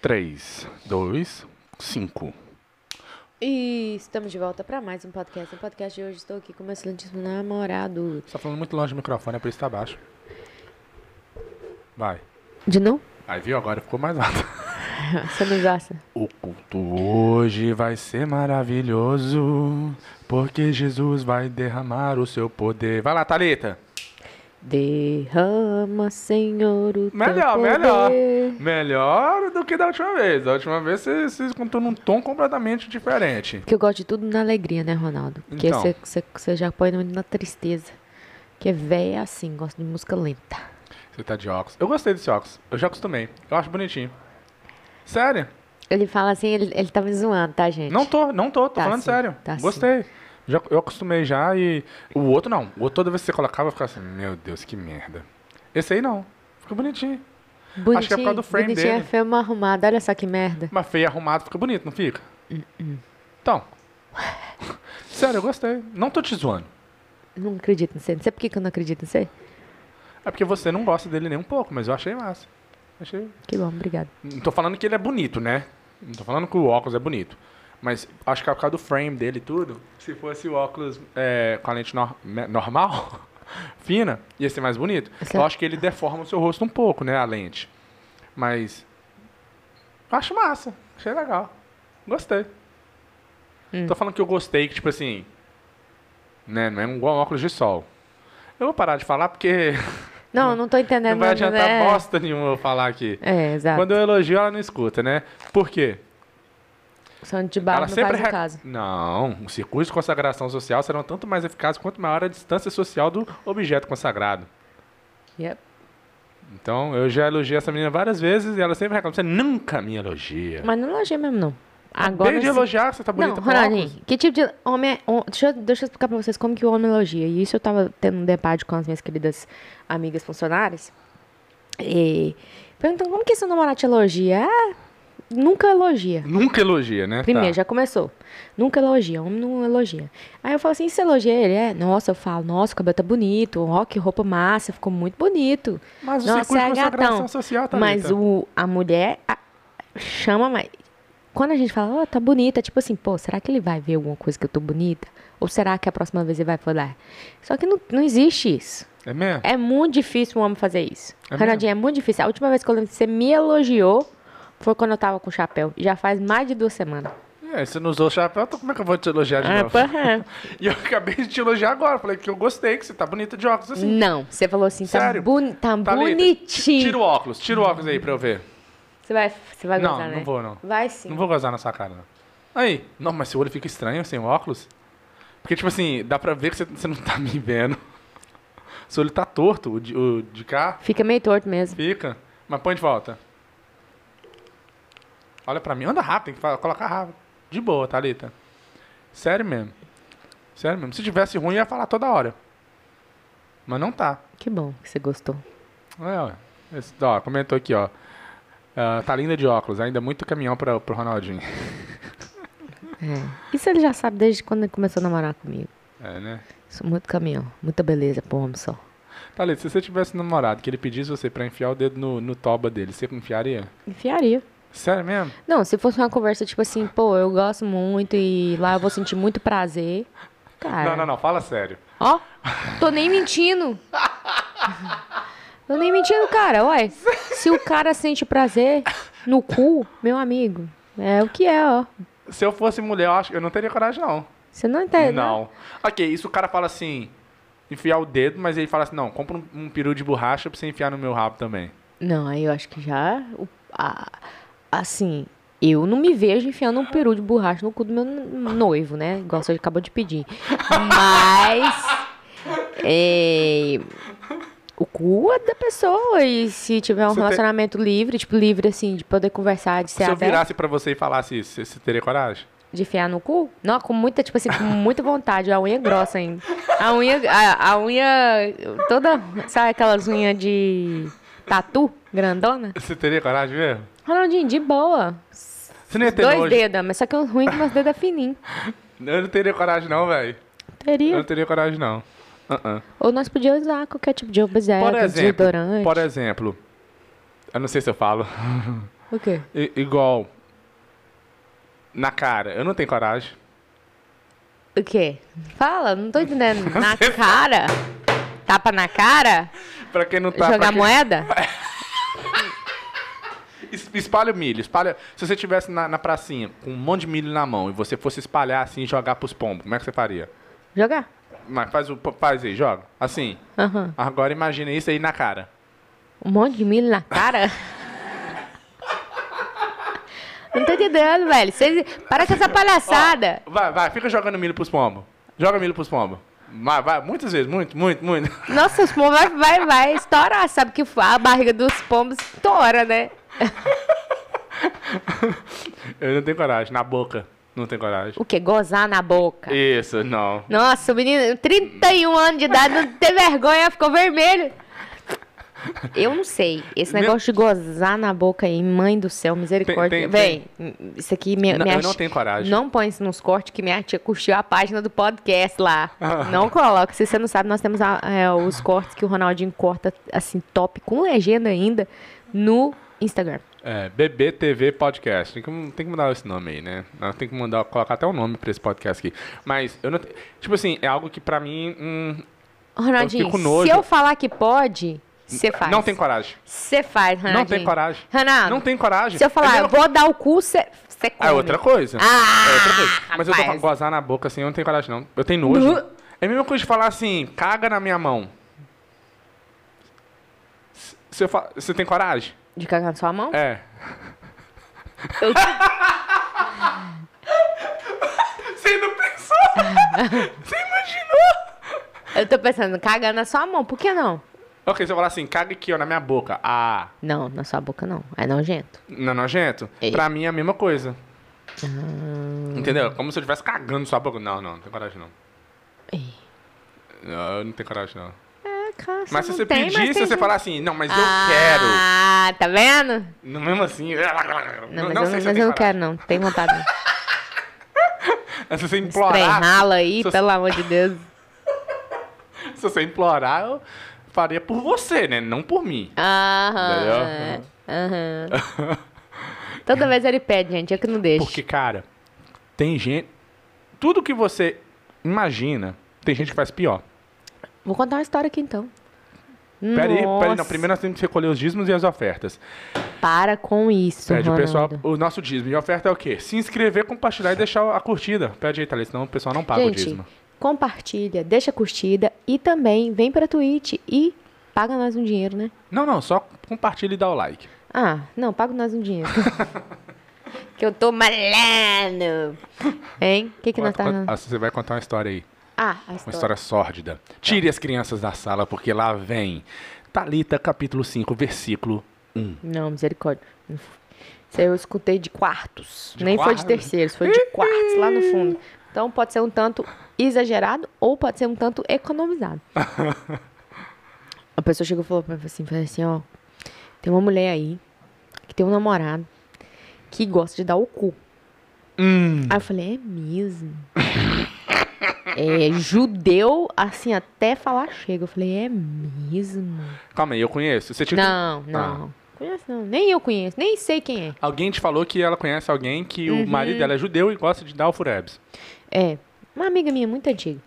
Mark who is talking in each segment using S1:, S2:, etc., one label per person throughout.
S1: 3, 2, 5.
S2: E estamos de volta para mais um podcast. No podcast de hoje estou aqui com o meu excelentíssimo namorado.
S1: Você tá falando muito longe do microfone, é por isso que tá baixo. Vai.
S2: De não?
S1: Aí viu agora, ficou mais alto.
S2: Ah, Você não gosta?
S1: O culto hoje vai ser maravilhoso, porque Jesus vai derramar o seu poder. Vai lá, Thalita.
S2: Derrama, Senhor, o teu
S1: Melhor, melhor.
S2: poder.
S1: Melhor do que da última vez. Da última vez você, você contou num tom completamente diferente.
S2: Porque eu gosto de tudo na alegria, né, Ronaldo? Porque
S1: Então.
S2: você você já põe no- na tristeza. Que é véia assim, gosto de música lenta.
S1: Você tá de óculos. Eu gostei desse óculos. Eu já acostumei. Eu acho bonitinho. Sério?
S2: Ele fala assim, ele, ele tá me zoando, tá, gente?
S1: Não tô, não tô, tô
S2: Tá
S1: falando
S2: sim,
S1: sério.
S2: tá sim.
S1: Gostei. Já, eu acostumei já e. O outro não. O outro toda vez que você colocava, eu ficava assim, meu Deus, que merda. Esse aí não. Ficou bonitinho.
S2: Bonitinho,
S1: Acho que é por causa do frame
S2: bonitinho
S1: dele.
S2: é feio arrumada, olha só que merda.
S1: Mas feio e arrumado fica bonito, não fica?
S2: Uh-uh.
S1: Então. Sério, eu gostei. Não tô te zoando.
S2: Não acredito em você. Não sei por que que eu não acredito em você.
S1: É porque você não gosta dele nem um pouco, mas eu achei massa. Achei.
S2: Que bom, obrigado.
S1: Não tô falando que ele é bonito, né? Não tô falando que o óculos é bonito. Mas acho que é por causa do frame dele e tudo. Se fosse o óculos é, com a lente nor- me- normal, fina, ia ser mais bonito.
S2: Essa-
S1: Eu acho que ele deforma o seu rosto um pouco, né? A lente. Mas. Acho massa. Achei legal. Gostei.
S2: Hum.
S1: Tô falando que eu gostei, que tipo assim. Né? Não é um igual óculos de sol. Eu vou parar de falar porque
S2: Não, eu não tô entendendo.
S1: não é. vai adiantar
S2: né?
S1: bosta nenhuma eu falar aqui.
S2: É, exato.
S1: Quando eu elogio, ela não escuta, né? Por quê?
S2: Santo de barro
S1: ela
S2: não faz
S1: re-
S2: o caso.
S1: Não, os circuitos de consagração social serão tanto mais eficazes quanto maior a distância social do objeto consagrado.
S2: Yep.
S1: Então, eu já elogiei essa menina várias vezes e ela sempre reclama. Você nunca me elogia.
S2: Mas não elogia mesmo, não. Agora.
S1: Desde
S2: esse-
S1: elogiar, você tá bonita
S2: Não,
S1: com óculos.
S2: Ronaldinho, que tipo de homem é. hom- Deixa, eu- deixa eu explicar pra vocês como que o homem elogia. E isso eu tava tendo um debate com as minhas queridas amigas funcionárias. E perguntando como que seu namorado te elogia? Ah, nunca elogia.
S1: Nunca elogia, né?
S2: Primeiro,
S1: Tá.
S2: já começou. Nunca elogia, homem não elogia. Aí eu falo assim, você elogia ele? É, nossa, eu falo, nossa, o cabelo tá bonito, ó, que roupa massa, ficou muito bonito.
S1: Mas o
S2: nossa,
S1: circuito
S2: é
S1: de consagração
S2: gatão.
S1: social tá
S2: Mas o, a mulher a- chama mais. Quando a gente fala, ó, tá bonita, é tipo assim, pô, será que ele vai ver alguma coisa que eu tô bonita? Ou será que a próxima vez ele vai falar? Só que não, não existe isso.
S1: É mesmo?
S2: É muito difícil um homem fazer isso.
S1: É
S2: Ronaldinho, é muito difícil. A última vez que eu lembro que você me elogiou foi quando eu tava com chapéu. E Já faz mais de duas semanas.
S1: É, você não usou o chapéu, então como é que eu vou te elogiar de
S2: Ah,
S1: novo?
S2: porra.
S1: E eu acabei de te elogiar agora. Falei que eu gostei, que você tá bonita de óculos assim.
S2: Não, você falou assim, tá,
S1: Sério?
S2: boni- tá
S1: Thalita,
S2: bonitinho.
S1: Tira o óculos, tira o óculos aí pra eu ver.
S2: Você vai, você vai
S1: Não,
S2: gozar,
S1: não
S2: né?
S1: vou, não.
S2: Vai sim.
S1: Não vou gozar na sua cara, não. Aí, não, mas seu olho fica estranho sem o óculos? Porque, tipo assim, dá pra ver que você, você não tá me vendo. Seu olho tá torto, o de, o de cá
S2: Fica meio torto mesmo.
S1: fica, mas põe de volta. Olha pra mim, anda rápido, tem que fa- colocar rápido. De boa, Thalita. Sério mesmo. Sério mesmo. Se tivesse ruim, eu ia falar toda hora. Mas não tá.
S2: Que bom que você gostou.
S1: É, ó. Esse- ó, comentou aqui, ó. Ah, tá linda de óculos, ainda muito caminhão pra, pro Ronaldinho.
S2: É. Isso ele já sabe desde quando ele começou a namorar comigo.
S1: É, né?
S2: Isso, muito caminhão, muita beleza pro homem só.
S1: Thalita, se você tivesse um namorado que ele pedisse você pra enfiar o dedo no, no toba dele, você enfiaria?
S2: Enfiaria.
S1: Sério mesmo?
S2: Não, se fosse uma conversa tipo assim, pô, eu gosto muito e lá eu vou sentir muito prazer. Cara.
S1: Não, não, não, fala sério.
S2: Ó, tô nem mentindo. Tô nem mentindo, cara. Ué, se o cara sente prazer no cu, meu amigo, é o que é, ó.
S1: Se eu fosse mulher, eu acho que eu não teria coragem, não.
S2: Você não entende. né?
S1: não. Ok, isso o cara fala assim, enfiar o dedo, mas ele fala assim, não, compra um, um peru de borracha pra você enfiar no meu rabo também.
S2: Não, aí eu acho que já. o- a- assim, eu não me vejo enfiando um peru de borracha no cu do meu noivo, né? Igual você acabou de pedir. Mas. é, o cu é da pessoa. E se tiver um
S1: Você tem-
S2: relacionamento livre, tipo, livre assim, de poder conversar, de ser
S1: Se eu
S2: aberto,
S1: virasse pra você e falasse isso, você, você teria coragem?
S2: de enfiar no cu. Não, com muita, tipo assim, com muita vontade. A unha é grossa ainda. A unha. A, a unha. Toda. Sabe aquelas unhas de. Tatu grandona?
S1: Você teria coragem mesmo?
S2: Ronaldinho, de boa.
S1: Você não ia ter
S2: Dois
S1: nojo.
S2: dedos, mas só que o ruim é que meus dedos é fininho.
S1: Eu não teria coragem, não, velho. Eu não
S2: Teria.
S1: teria coragem, não. Ah, ah.
S2: Ou nós podíamos usar qualquer tipo de objeto,
S1: Por exemplo,
S2: desodorante.
S1: por exemplo, eu não sei se eu falo.
S2: O quê?
S1: I- igual. Na cara. Eu não tenho coragem.
S2: O quê? Fala, não tô entendendo. Na cara? Tapa na cara?
S1: Pra quem não tá. pra
S2: Jogar
S1: quem-
S2: moeda?
S1: Es- Espalha o milho, espalha. Se você estivesse na, na pracinha com um monte de milho na mão e você fosse espalhar assim e jogar pros pombos, como é que você faria?
S2: Jogar.
S1: Mas faz, o, faz aí, joga. Assim.
S2: Aham.
S1: Agora imagina isso aí na cara.
S2: Um monte de milho na cara? Não tô entendendo, velho. Vocês... Para com essa palhaçada.
S1: Vai, vai, fica jogando milho pros pombos. Joga milho pros pombos. Vai, vai, muitas vezes, muito, muito, muito.
S2: Nossa, os pombos vai, vai, vai estourar. Sabe que a barriga dos pombos estoura, né?
S1: Eu não tenho coragem. Na boca, não tenho coragem.
S2: O quê? Gozar na boca.
S1: Isso, não.
S2: Nossa, o menino, 31 anos de idade, não tem vergonha, ficou vermelho. Eu não sei. Esse
S1: Meu-
S2: negócio de gozar na boca aí, mãe do céu, misericórdia.
S1: Tem- tem-
S2: Véi, isso aqui me,
S1: Não,
S2: minha
S1: eu não
S2: tia-
S1: tenho coragem.
S2: Não põe isso nos cortes que minha tia curtiu a página do podcast lá.
S1: Ah.
S2: não coloca. Se você não sabe, nós temos a- é, os cortes que o Ronaldinho corta, assim, top, com legenda ainda, no Instagram.
S1: É, BBTV Podcast. Tem que, tem que mudar esse nome aí, né? Nós Tem que mandar, colocar até o nome pra esse podcast aqui. Mas eu não te- Tipo assim, é algo que pra mim. hum,
S2: Ronaldinho,
S1: Eu fico nojo.
S2: se eu falar que pode, você faz.
S1: Não tem coragem.
S2: Você faz, Ronaldinho.
S1: Não tem coragem.
S2: Ronaldo,
S1: Não tem coragem.
S2: Se eu falar,
S1: É
S2: eu
S1: mesmo-
S2: vou dar o cu, você come.
S1: Ah, é outra coisa.
S2: Ah,
S1: É outra coisa. Mas eu tô
S2: rapaz.
S1: falando gozar na boca assim, eu não tenho coragem, não. Eu tenho nojo.
S2: Nu.
S1: É a mesma coisa de falar assim, caga na minha mão. Se- se eu fa- Você tem coragem?
S2: De cagar na sua mão?
S1: É.
S2: Eu-
S1: Você não pensou? Você imaginou?
S2: Eu tô pensando, cagar na sua mão, por que não?
S1: Ok, se eu falar assim, caga aqui, ó, na minha boca. Ah,
S2: Não, na sua boca não. É nojento.
S1: não é nojento?
S2: Ei. Hum.
S1: Pra mim é a mesma coisa. Entendeu? Como se eu estivesse cagando sua boca. Não, não, não tenho coragem, não.
S2: Ei.
S1: Não, eu não tenho coragem, não.
S2: É, cara,
S1: Mas se
S2: não
S1: você
S2: tem,
S1: pedisse,
S2: mas
S1: você
S2: tem gente.
S1: falar assim, não, mas
S2: ah,
S1: eu quero.
S2: tá vendo?
S1: No mesmo assim.
S2: Não,
S1: Não,
S2: mas
S1: não sei
S2: eu, não-
S1: se tem
S2: mas eu não
S1: coragem.
S2: quero, não. Tem vontade não.
S1: Se você
S2: Trem
S1: implorar,
S2: rala aí,
S1: Se você-
S2: pelo amor de Deus.
S1: se você implorar, eu faria por você, né? Não por mim.
S2: Aham.
S1: Entendeu?
S2: Aham. Toda vez ele pede, gente. Eu que não deixo.
S1: Porque, cara, tem gente. Tudo que você imagina, tem gente que faz pior.
S2: Vou contar uma história aqui, então.
S1: Peraí, peraí, não.
S2: Nossa.
S1: Primeiro nós temos que recolher os dízimos e as ofertas.
S2: Para com isso,
S1: Pede o
S2: Ronaldo.
S1: pessoal. O nosso dízimo e oferta é o quê? Se inscrever, compartilhar e deixar a curtida. Pede aí, Thalys, senão o pessoal não paga o
S2: Gente,
S1: dízimo.
S2: compartilha, deixa a curtida e também vem pra Twitch e paga nós um dinheiro, né?
S1: Não, não, só compartilha e dá o like.
S2: Ah, não, paga nós um dinheiro. que eu tô malando. Hein? O que que nós tá...
S1: Conta- conta- Você vai contar uma história aí.
S2: Ah, a
S1: Uma
S2: história.
S1: história sórdida. Tire as crianças da sala, porque lá vem. Talita, capítulo 5, versículo 1.
S2: Não, misericórdia. Isso aí eu escutei de quartos.
S1: De
S2: Nem foi de
S1: quartos?
S2: terceiros, foi de quartos, lá no fundo. Então pode ser um tanto exagerado ou pode ser um tanto economizado. A pessoa chegou e falou pra mim assim, falou assim, ó, tem uma mulher aí que tem um namorado que gosta de dar o cu.
S1: Hum.
S2: Aí eu falei, é mesmo? é judeu, assim, até falar chega. Eu falei, é mesmo?
S1: Calma aí, eu conheço. Você tinha-
S2: Não, não. Conheço não. Nem eu conheço, nem sei quem é.
S1: Alguém te falou que ela conhece alguém que
S2: Uhum.
S1: o marido dela é judeu e gosta de dar o furebs.
S2: É, uma amiga minha muito antiga.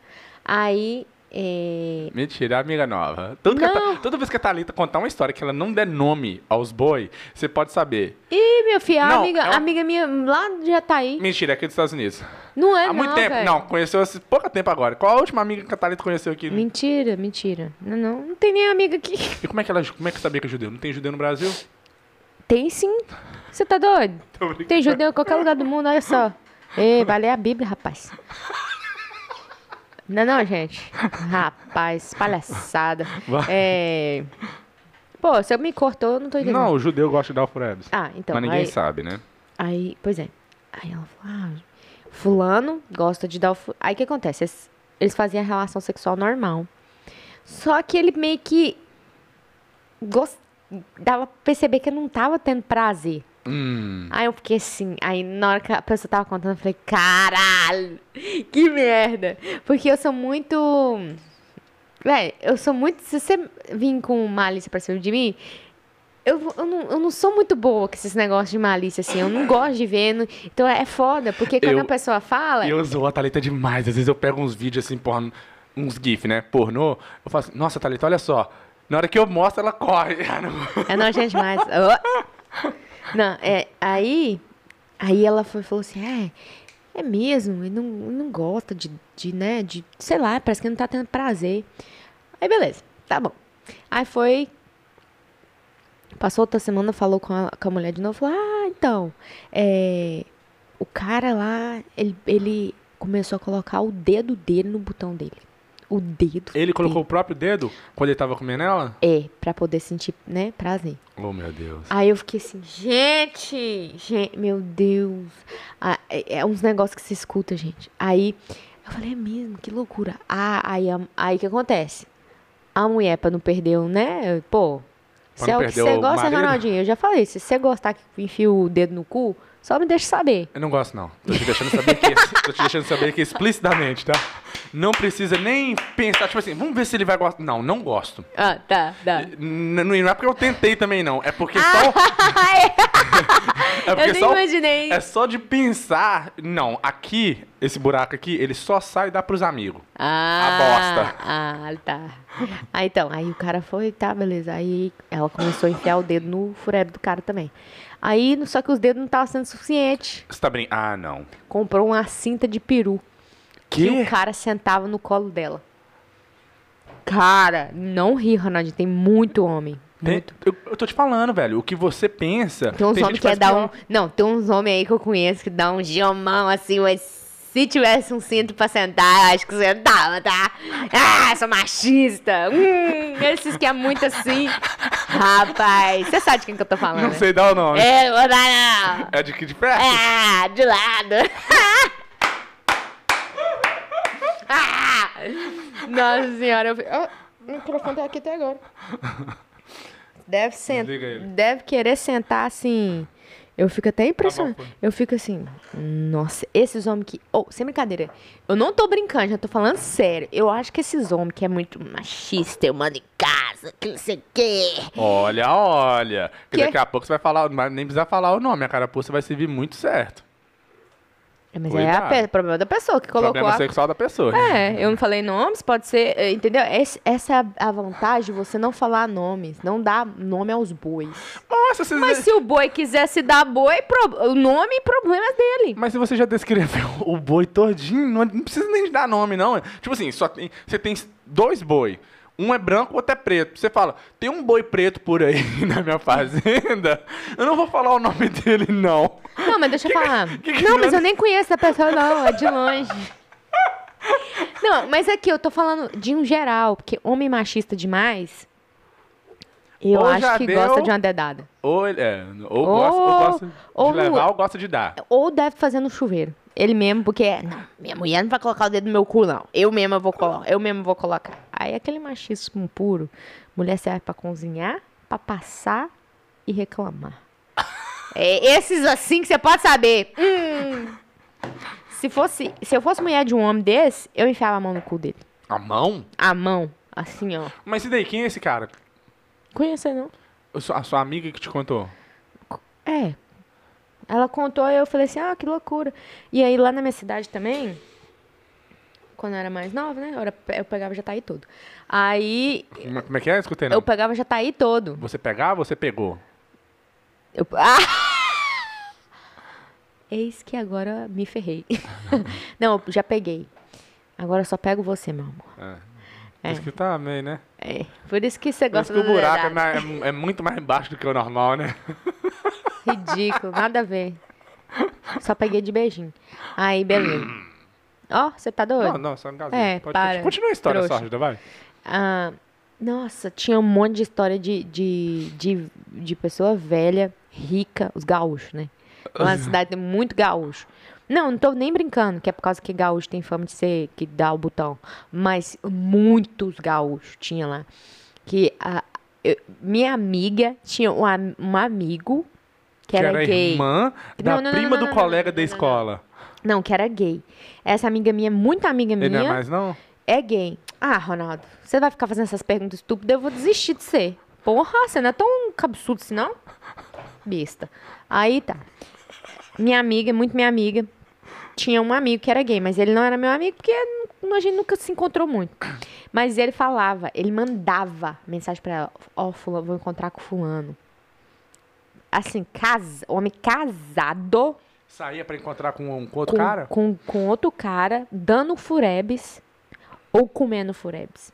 S2: Aí, é...
S1: Mentira, amiga nova. Tudo que a
S2: Não.
S1: Ta- toda vez que a Thalita contar uma história que ela não der nome aos boi, você pode saber.
S2: Ih, meu filho, a
S1: Não,
S2: amiga,
S1: é um-
S2: amiga minha lá já tá aí.
S1: Mentira, é aqui dos Estados Unidos.
S2: Não é
S1: Há muito
S2: não,
S1: tempo.
S2: velho.
S1: Não, conheceu há pouco tempo agora. Qual a última amiga que a Thalita conheceu aqui?
S2: Mentira, mentira. Não, não, não tem nem amiga aqui.
S1: E como é que ela como é que sabia que é judeu? Não tem judeu no Brasil?
S2: Tem sim. Você tá doido?
S1: Tô brincando.
S2: Tem judeu em qualquer lugar do mundo, olha só. Ei, vai ler a Bíblia, rapaz. Não, não, gente. Rapaz, palhaçada.
S1: Vai.
S2: É... Pô, você me cortou, eu não tô entendendo.
S1: Não, o judeu gosta de dar o furebs.
S2: Ah, então.
S1: Mas ninguém
S2: aí-
S1: sabe, né?
S2: Aí, pois é. Aí ela falou, ah, fulano gosta de dar o... fu-" Aí o que acontece? Eles, eles faziam a relação sexual normal. Só que ele meio que gos- dava pra perceber que eu não tava tendo prazer.
S1: Hum.
S2: Aí eu fiquei assim, aí na hora que a pessoa tava contando, eu falei, caralho, que merda. Porque eu sou muito. é, Véi, eu sou muito. Se você vir com malícia pra cima de mim, Eu, eu, não, eu não sou muito boa com esses negócios de malícia, assim. Eu não gosto de ver. não- Então é foda, porque quando
S1: Eu-
S2: a pessoa fala.
S1: E eu zoo a Thalita demais. Às vezes eu pego uns vídeos assim, porra, uns GIF, né? Pornô. Eu falo assim, nossa, Thalita, olha só. Na hora que eu mostro, ela corre. Ah, não.
S2: É nojento demais. Ô. Não, é, aí, aí ela foi, falou assim, é, é mesmo, ele não, não gosta de, de, né, de, sei lá, parece que não tá tendo prazer. Aí, beleza, tá bom. Aí foi, passou outra semana, falou com a, com a mulher de novo, falou, ah, então, é, o cara lá, ele, ele começou a colocar o dedo dele no botão dele. O dedo.
S1: Ele colocou o
S2: dele.
S1: próprio dedo quando ele tava comendo ela?
S2: É, pra poder sentir, né, prazer.
S1: Oh, meu Deus.
S2: Aí eu fiquei assim, gente, gen- meu Deus. Ah, é, é uns negócios que se escuta, gente. Aí eu falei, é mesmo, que loucura. Ah, aí a- aí o que acontece? A mulher, pra não perder, o, né? Pô,
S1: Pra
S2: se
S1: não
S2: é o que
S1: perder
S2: você
S1: o
S2: gosta,
S1: marido.
S2: Ronaldinho, eu já falei, se você gostar que enfia o dedo no cu, só me deixa saber.
S1: Eu não gosto, não. Tô te deixando saber que, tô te deixando saber que explicitamente, tá? Não precisa nem pensar, tipo assim, vamos ver se ele vai gostar. Não, não gosto.
S2: Ah, tá, tá.
S1: N- Não é porque eu tentei também, não. É porque só. É porque
S2: eu nem
S1: só
S2: imaginei.
S1: É só de pensar. Não, aqui, esse buraco aqui, ele só sai e dá pros amigos.
S2: Ah,
S1: A bosta.
S2: Ah, tá. Ah, então, aí o cara foi, tá, beleza. Aí ela começou a enfiar o dedo no furebo do cara também. Aí, no- só que os dedos não estavam sendo suficiente.
S1: Você tá brincando? Ah, não. um
S2: Comprou uma cinta de peru que o
S1: Que?
S2: cara sentava no colo dela. Cara, não ri, Ronaldinho, tem muito homem.
S1: Tem- eu, eu tô te falando, velho. O que você pensa.
S2: Tem uns homens
S1: gente
S2: que é
S1: faz
S2: dar
S1: pior.
S2: um. Não, tem uns homens aí que eu conheço que dá um geomão assim, mas se tivesse um cinto pra sentar, eu acho que sentava, tá? Ah, sou machista! Hum, esses que é muito assim. Rapaz, você sabe de quem que eu tô falando?
S1: Não
S2: né?
S1: sei dar o nome. É,
S2: É, vou dar não!
S1: de que de perto?
S2: Ah, de lado! Ah! Nossa senhora, eu. fi- Ah, o microfone tá aqui até agora. Deve sentar.
S1: Desliga ele.
S2: Deve querer sentar assim. Eu fico até impressionada.
S1: Tá bom, foi.
S2: eu fico assim, nossa, esses homens que. Oh, sem brincadeira. Eu não tô brincando, já tô falando sério. Eu acho que esses homens que é muito machista, eu mando em casa, que não sei o quê.
S1: Olha, olha. Que
S2: Quê?
S1: daqui a pouco você vai falar, mas nem precisa falar o nome. A carapuça vai servir muito certo.
S2: É, Mas é
S1: Coitado.
S2: a pe- problema da pessoa que colocou
S1: Problema
S2: a
S1: sexual da pessoa. né?
S2: É, eu não falei nomes, pode ser, é, entendeu? Esse- essa é a, a vantagem de você não falar nomes, não dar nome aos bois.
S1: Nossa, vocês.
S2: Mas se o boi quisesse dar boi, pro- o nome, problema é dele.
S1: Mas se você já descreveu o boi todinho, não, não precisa nem dar nome, não. Tipo assim, só tem, você tem dois boi. Um é branco, o outro é preto. Você fala, tem um boi preto por aí na minha fazenda. Eu não vou falar o nome dele, não.
S2: Não, mas deixa eu falar.
S1: que que
S2: não,
S1: nós-
S2: mas eu nem conheço a pessoa, não, é de longe. Não, mas aqui eu tô falando de um geral, porque homem machista demais, eu
S1: Ou já
S2: acho que
S1: deu-
S2: gosta de uma dedada.
S1: Ou, ele- é, ou,
S2: Ou-
S1: gosta, ou gosta
S2: ou-
S1: de levar, ou gosta de dar.
S2: Ou deve fazer no chuveiro. Ele mesmo, porque é, não, minha mulher não vai colocar o dedo no meu cu, não. Eu mesma vou colocar, eu mesma vou colocar. Aí é aquele machismo puro, mulher serve pra cozinhar, pra passar e reclamar. É, esses assim que você pode saber. Hum. Se, fosse, se eu fosse mulher de um homem desse, eu enfiava a mão no cu dele.
S1: A mão?
S2: A mão, assim, ó.
S1: Mas e daí, quem é esse cara?
S2: Conhecer, não?
S1: Eu sou- A sua amiga que te contou?
S2: É. Ela contou e eu falei assim, ah, que loucura. E aí lá na minha cidade também, quando eu era mais nova, né? Eu, era- eu pegava Jataí todo. Aí
S1: Como é- como é que é? Escutei, não.
S2: eu pegava Jataí todo.
S1: Você pegar, você pegou.
S2: Eu- Ah! Eis que agora me ferrei. Não, eu já peguei. Agora eu só pego você, meu amor.
S1: É. Isso que tá meio, né?
S2: É, por isso que você
S1: Por isso
S2: gosta
S1: que o
S2: do
S1: buraco é, mais- é muito mais baixo do que o normal, né?
S2: Ridículo, nada a ver. Só peguei de beijinho. Aí, beleza. Ó, você tá doido?
S1: Não, não, só engasguei.
S2: É,
S1: Pode
S2: para,
S1: continuar. Continua a história,
S2: trouxa.
S1: Sérgio, vai.
S2: Ah, nossa, tinha um monte de história de, de, de, de pessoa velha, rica, os gaúchos, né? Uma cidade tem muito gaúcho. Não, não tô nem brincando, que é por causa que gaúcho tem fama de ser que dá o botão. Mas muitos gaúchos tinha lá. Que a, eu- minha amiga tinha um, am- um amigo que
S1: Que
S2: era,
S1: era
S2: gay.
S1: irmã da
S2: Não, não, não,
S1: prima
S2: não,
S1: do
S2: não, não,
S1: colega
S2: não,
S1: da
S2: não, não.
S1: escola.
S2: Não, que era gay. Essa amiga minha, muito amiga minha,
S1: Ele não é mais, não?
S2: é gay. Ah, Ronaldo, você vai ficar fazendo essas perguntas estúpidas, eu vou desistir de ser. porra, você não é tão absurdo assim, não? Besta. Aí tá. Minha amiga, muito minha amiga, tinha um amigo que era gay, mas ele não era meu amigo porque n- a gente nunca se encontrou muito. Mas ele falava, ele mandava mensagem pra ela: Ó, fulano, vou encontrar com Fulano. Assim, casa, homem casado
S1: Saía pra encontrar com, um, com outro
S2: com,
S1: cara?
S2: com, com outro cara, dando furebes ou comendo furebes.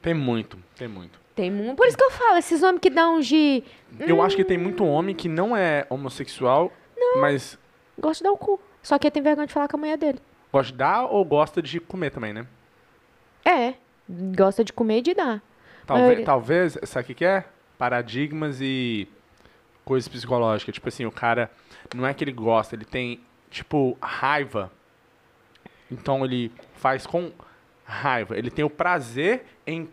S1: Tem muito, tem muito.
S2: Tem muito. Por isso que eu falo, esses homens que dão de.
S1: Eu acho que tem muito homem que não é homossexual, mas
S2: Gosto de dar o cu. Só que ele tem vergonha de falar com a mulher dele.
S1: gosta de dar ou gosta de comer também, né?
S2: É. Gosta de comer e de dar.
S1: Talvez,
S2: Maioria.
S1: talvez sabe o que, que é? Paradigmas e coisas psicológicas. Tipo assim, o cara não é que ele gosta, ele tem, tipo, raiva. Então ele faz com raiva. Ele tem o prazer em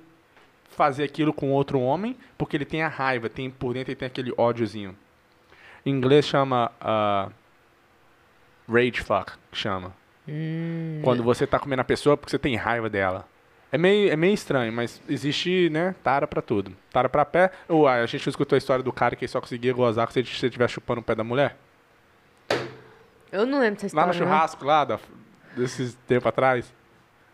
S1: fazer aquilo com outro homem, porque ele tem a raiva, tem por dentro ele tem aquele ódiozinho. Em inglês chama ah, rage fuck, que chama. Quando você tá comendo a pessoa porque você tem raiva dela. É meio, é meio estranho, mas existe, né, tara pra tudo. Tara pra pé. Uai, a gente escutou a história do cara que só conseguia gozar se ele estiver chupando o pé da mulher.
S2: Eu não lembro dessa
S1: Lá
S2: história. né?
S1: no churrasco, lá, da, desses tempo atrás.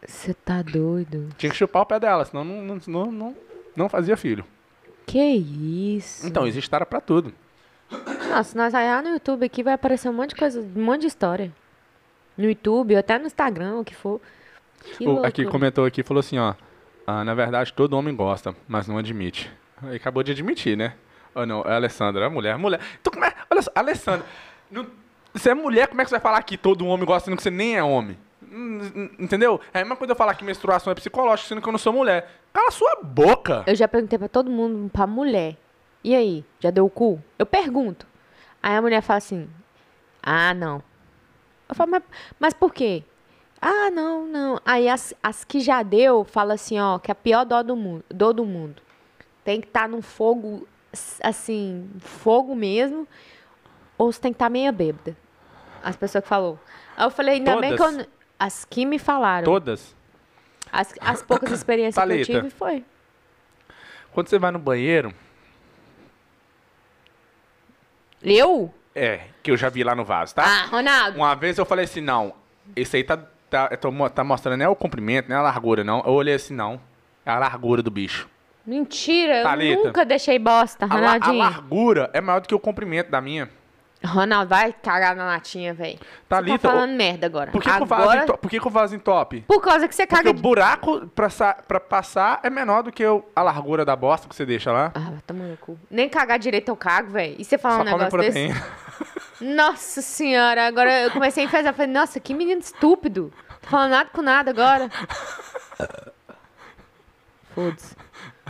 S2: Você tá doido?
S1: Tinha que chupar o pé dela, senão não, não, não, não, não fazia filho.
S2: Que isso?
S1: Então, existe tara pra tudo.
S2: Nossa, se nós olhar no YouTube aqui, vai aparecer um monte de coisa, um monte de história. No YouTube, ou até no Instagram, o que for. Que
S1: O- aqui
S2: loucura.
S1: comentou aqui, falou assim, ó. "Ah, na verdade, todo homem gosta, mas não admite. Ele acabou de admitir, né? Ou não, é a Alessandra, é a mulher, a mulher. Então, como é? Olha só, Alessandra, não, você é mulher, como é que você vai falar que todo homem gosta, sendo que você nem é homem? Hum, hum, Entendeu? É a mesma coisa eu falar que menstruação é psicológica, sendo que eu não sou mulher. Cala sua boca!
S2: Eu já perguntei pra todo mundo, pra mulher. E aí, já deu o cu? Eu pergunto. Aí a mulher fala assim: Ah, não. Eu falo, mas, mas por quê? Ah, não, não. Aí as, as que já deu fala assim, ó, que é a pior dó do mundo, dor do mundo. Tem que estar num fogo, s- assim, fogo mesmo, ou você tem que estar meia bêbada. As pessoas que falou. Aí eu falei, ainda bem que eu.
S1: Todas?
S2: n- As que me falaram.
S1: Todas.
S2: As, as poucas experiências que
S1: Thalita.
S2: eu tive foi.
S1: Quando você vai no banheiro,
S2: Eu?
S1: é, que eu já vi lá no vaso, tá?
S2: Ah, Ronaldo.
S1: Uma vez eu falei assim, não, esse aí tá, tá, eu tô mo- tá mostrando nem o comprimento, nem a largura, não. Eu olhei assim, não, é a largura do bicho.
S2: Mentira, eu
S1: Thalita.
S2: nunca deixei bosta,
S1: A, la- a
S2: Ronaldinho.
S1: largura é maior do que o comprimento da minha.
S2: Ronaldo, vai cagar na latinha, velho.
S1: Thalita,
S2: tá falando merda agora.
S1: Por que, que, o, vaso
S2: agora,
S1: em to- por que que o vaso entope?
S2: por causa que você
S1: Porque
S2: caga
S1: o
S2: de...
S1: buraco pra, sa- pra passar é menor do que o- a largura da bosta que você deixa lá.
S2: Ah, vai tomar no cu. Nem cagar direito eu cago, velho. E você falar um
S1: Só come
S2: negócio desse?
S1: proteína.
S2: Nossa senhora, agora eu comecei a enfesar. Falei, nossa, que menino estúpido. Tô falando nada com nada agora. Foda-se.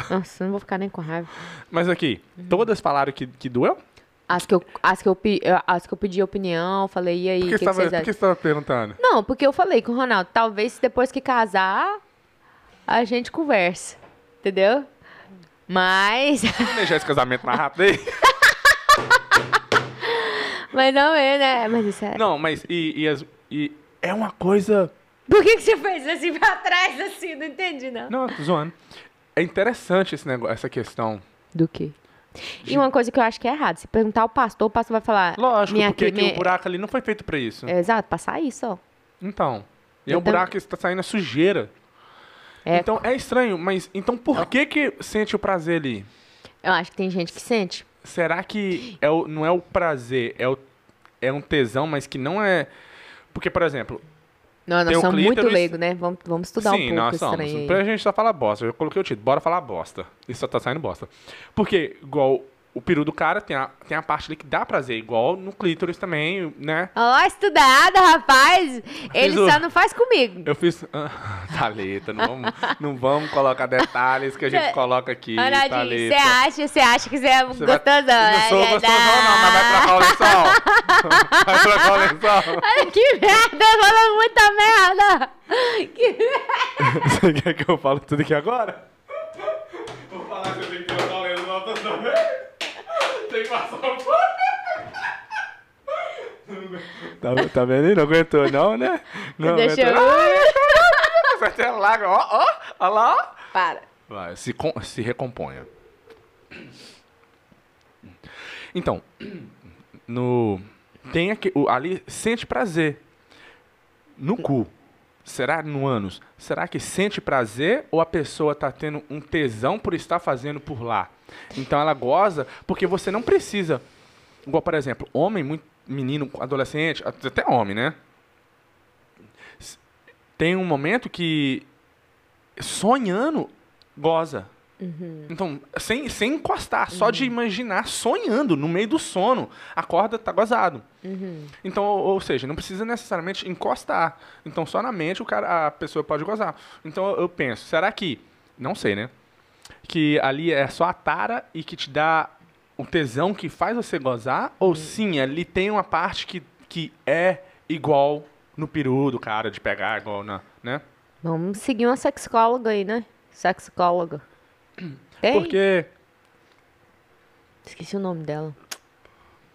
S2: Nossa, não vou ficar nem com raiva.
S1: Mas aqui, todas falaram que, que doeu?
S2: As que eu, as que eu, pe- as que eu pedi opinião, falei, e aí,
S1: Por
S2: o
S1: que, você
S2: que, que
S1: tava,
S2: vocês
S1: por
S2: acham?
S1: que você tava perguntando?
S2: Não, porque eu falei com o Ronaldo, talvez depois que casar, a gente conversa. Entendeu? Mas.
S1: Vamos deixar esse casamento mais rápido aí?
S2: Mas não é, né? Mas isso é.
S1: Não, mas e, e as- e é uma coisa...
S2: Por que, que você fez assim pra trás, assim? Não entendi, não.
S1: Não, eu tô zoando. É interessante esse negócio, essa questão.
S2: Do quê? E uma coisa que eu acho que é errado: se perguntar ao pastor, o pastor vai falar.
S1: Lógico,
S2: minha
S1: porque
S2: que-
S1: aqui
S2: minha-
S1: o buraco ali não foi feito pra isso.
S2: É, Exato, passar isso, ó.
S1: Então, e é
S2: Eu
S1: um buraco que está saindo a sujeira.
S2: É.
S1: Então é estranho, mas então por que que sente o prazer ali?
S2: Eu acho que tem gente que sente.
S1: Será que é o, não é o prazer, é, o, é um tesão, mas que não é. Porque, por exemplo,
S2: Não, nós
S1: Tem o
S2: somos muito
S1: clítoris-
S2: leigo, né? Vamos, vamos estudar um
S1: sim,
S2: pouco
S1: nós
S2: esse
S1: somos.
S2: trem aí.
S1: Pra gente só falar bosta, eu coloquei o título, bora falar bosta. Isso só tá saindo bosta. Porque, igual o peru do cara, tem a, tem a parte ali que dá prazer, igual no clítoris também, né?
S2: Ó, estudada, rapaz! Ele
S1: o-
S2: só não faz comigo.
S1: Eu fiz. Ah, Thalita, não vamos, não vamos colocar detalhes que a
S2: É,
S1: gente coloca aqui.
S2: Ronaldinho, você
S1: Thalita.
S2: acha, você acha que você é
S1: Você vai-
S2: gostosão,
S1: Não sou
S2: né?
S1: gostosão, não, mas vai pra qual lençol? Vai
S2: é
S1: pra qual lençol?
S2: Olha que merda, falando muita merda. Que merda.
S1: Você quer que eu fale tudo aqui agora? Vou falar que eu tenho que botar o lençol toda vez. Tem que passar um o Tá, tá vendo aí? Não aguentou não, né? Não
S2: Deixa eu...
S1: aguentou. Ah, Vai até lá, ó, ó, ó lá, ó.
S2: Para.
S1: Vai, se, com- se recomponha. Então, no tem aqui, o- ali sente prazer no cu. Será no ânus? Será que sente prazer ou a pessoa tá tendo um tesão por estar fazendo por lá? Então ela goza porque você não precisa. Igual, por exemplo, homem, muito, menino, adolescente, até homem, né? S- Tem um momento que sonhando goza. Então, sem, sem encostar, só de imaginar, sonhando, no meio do sono, acorda, tá gozado. Então, ou, ou seja, não precisa necessariamente encostar. Então, só na mente o cara, a pessoa pode gozar. Então, eu penso, será que. Não sei, né? Que ali é só a tara e que te dá o tesão que faz você gozar? Ou sim, ali tem uma parte que, que é igual no peru do cara, de pegar igual na. Né?
S2: Vamos seguir uma sexóloga aí, né? Sexóloga. Tem?
S1: Porque.
S2: Esqueci o nome dela.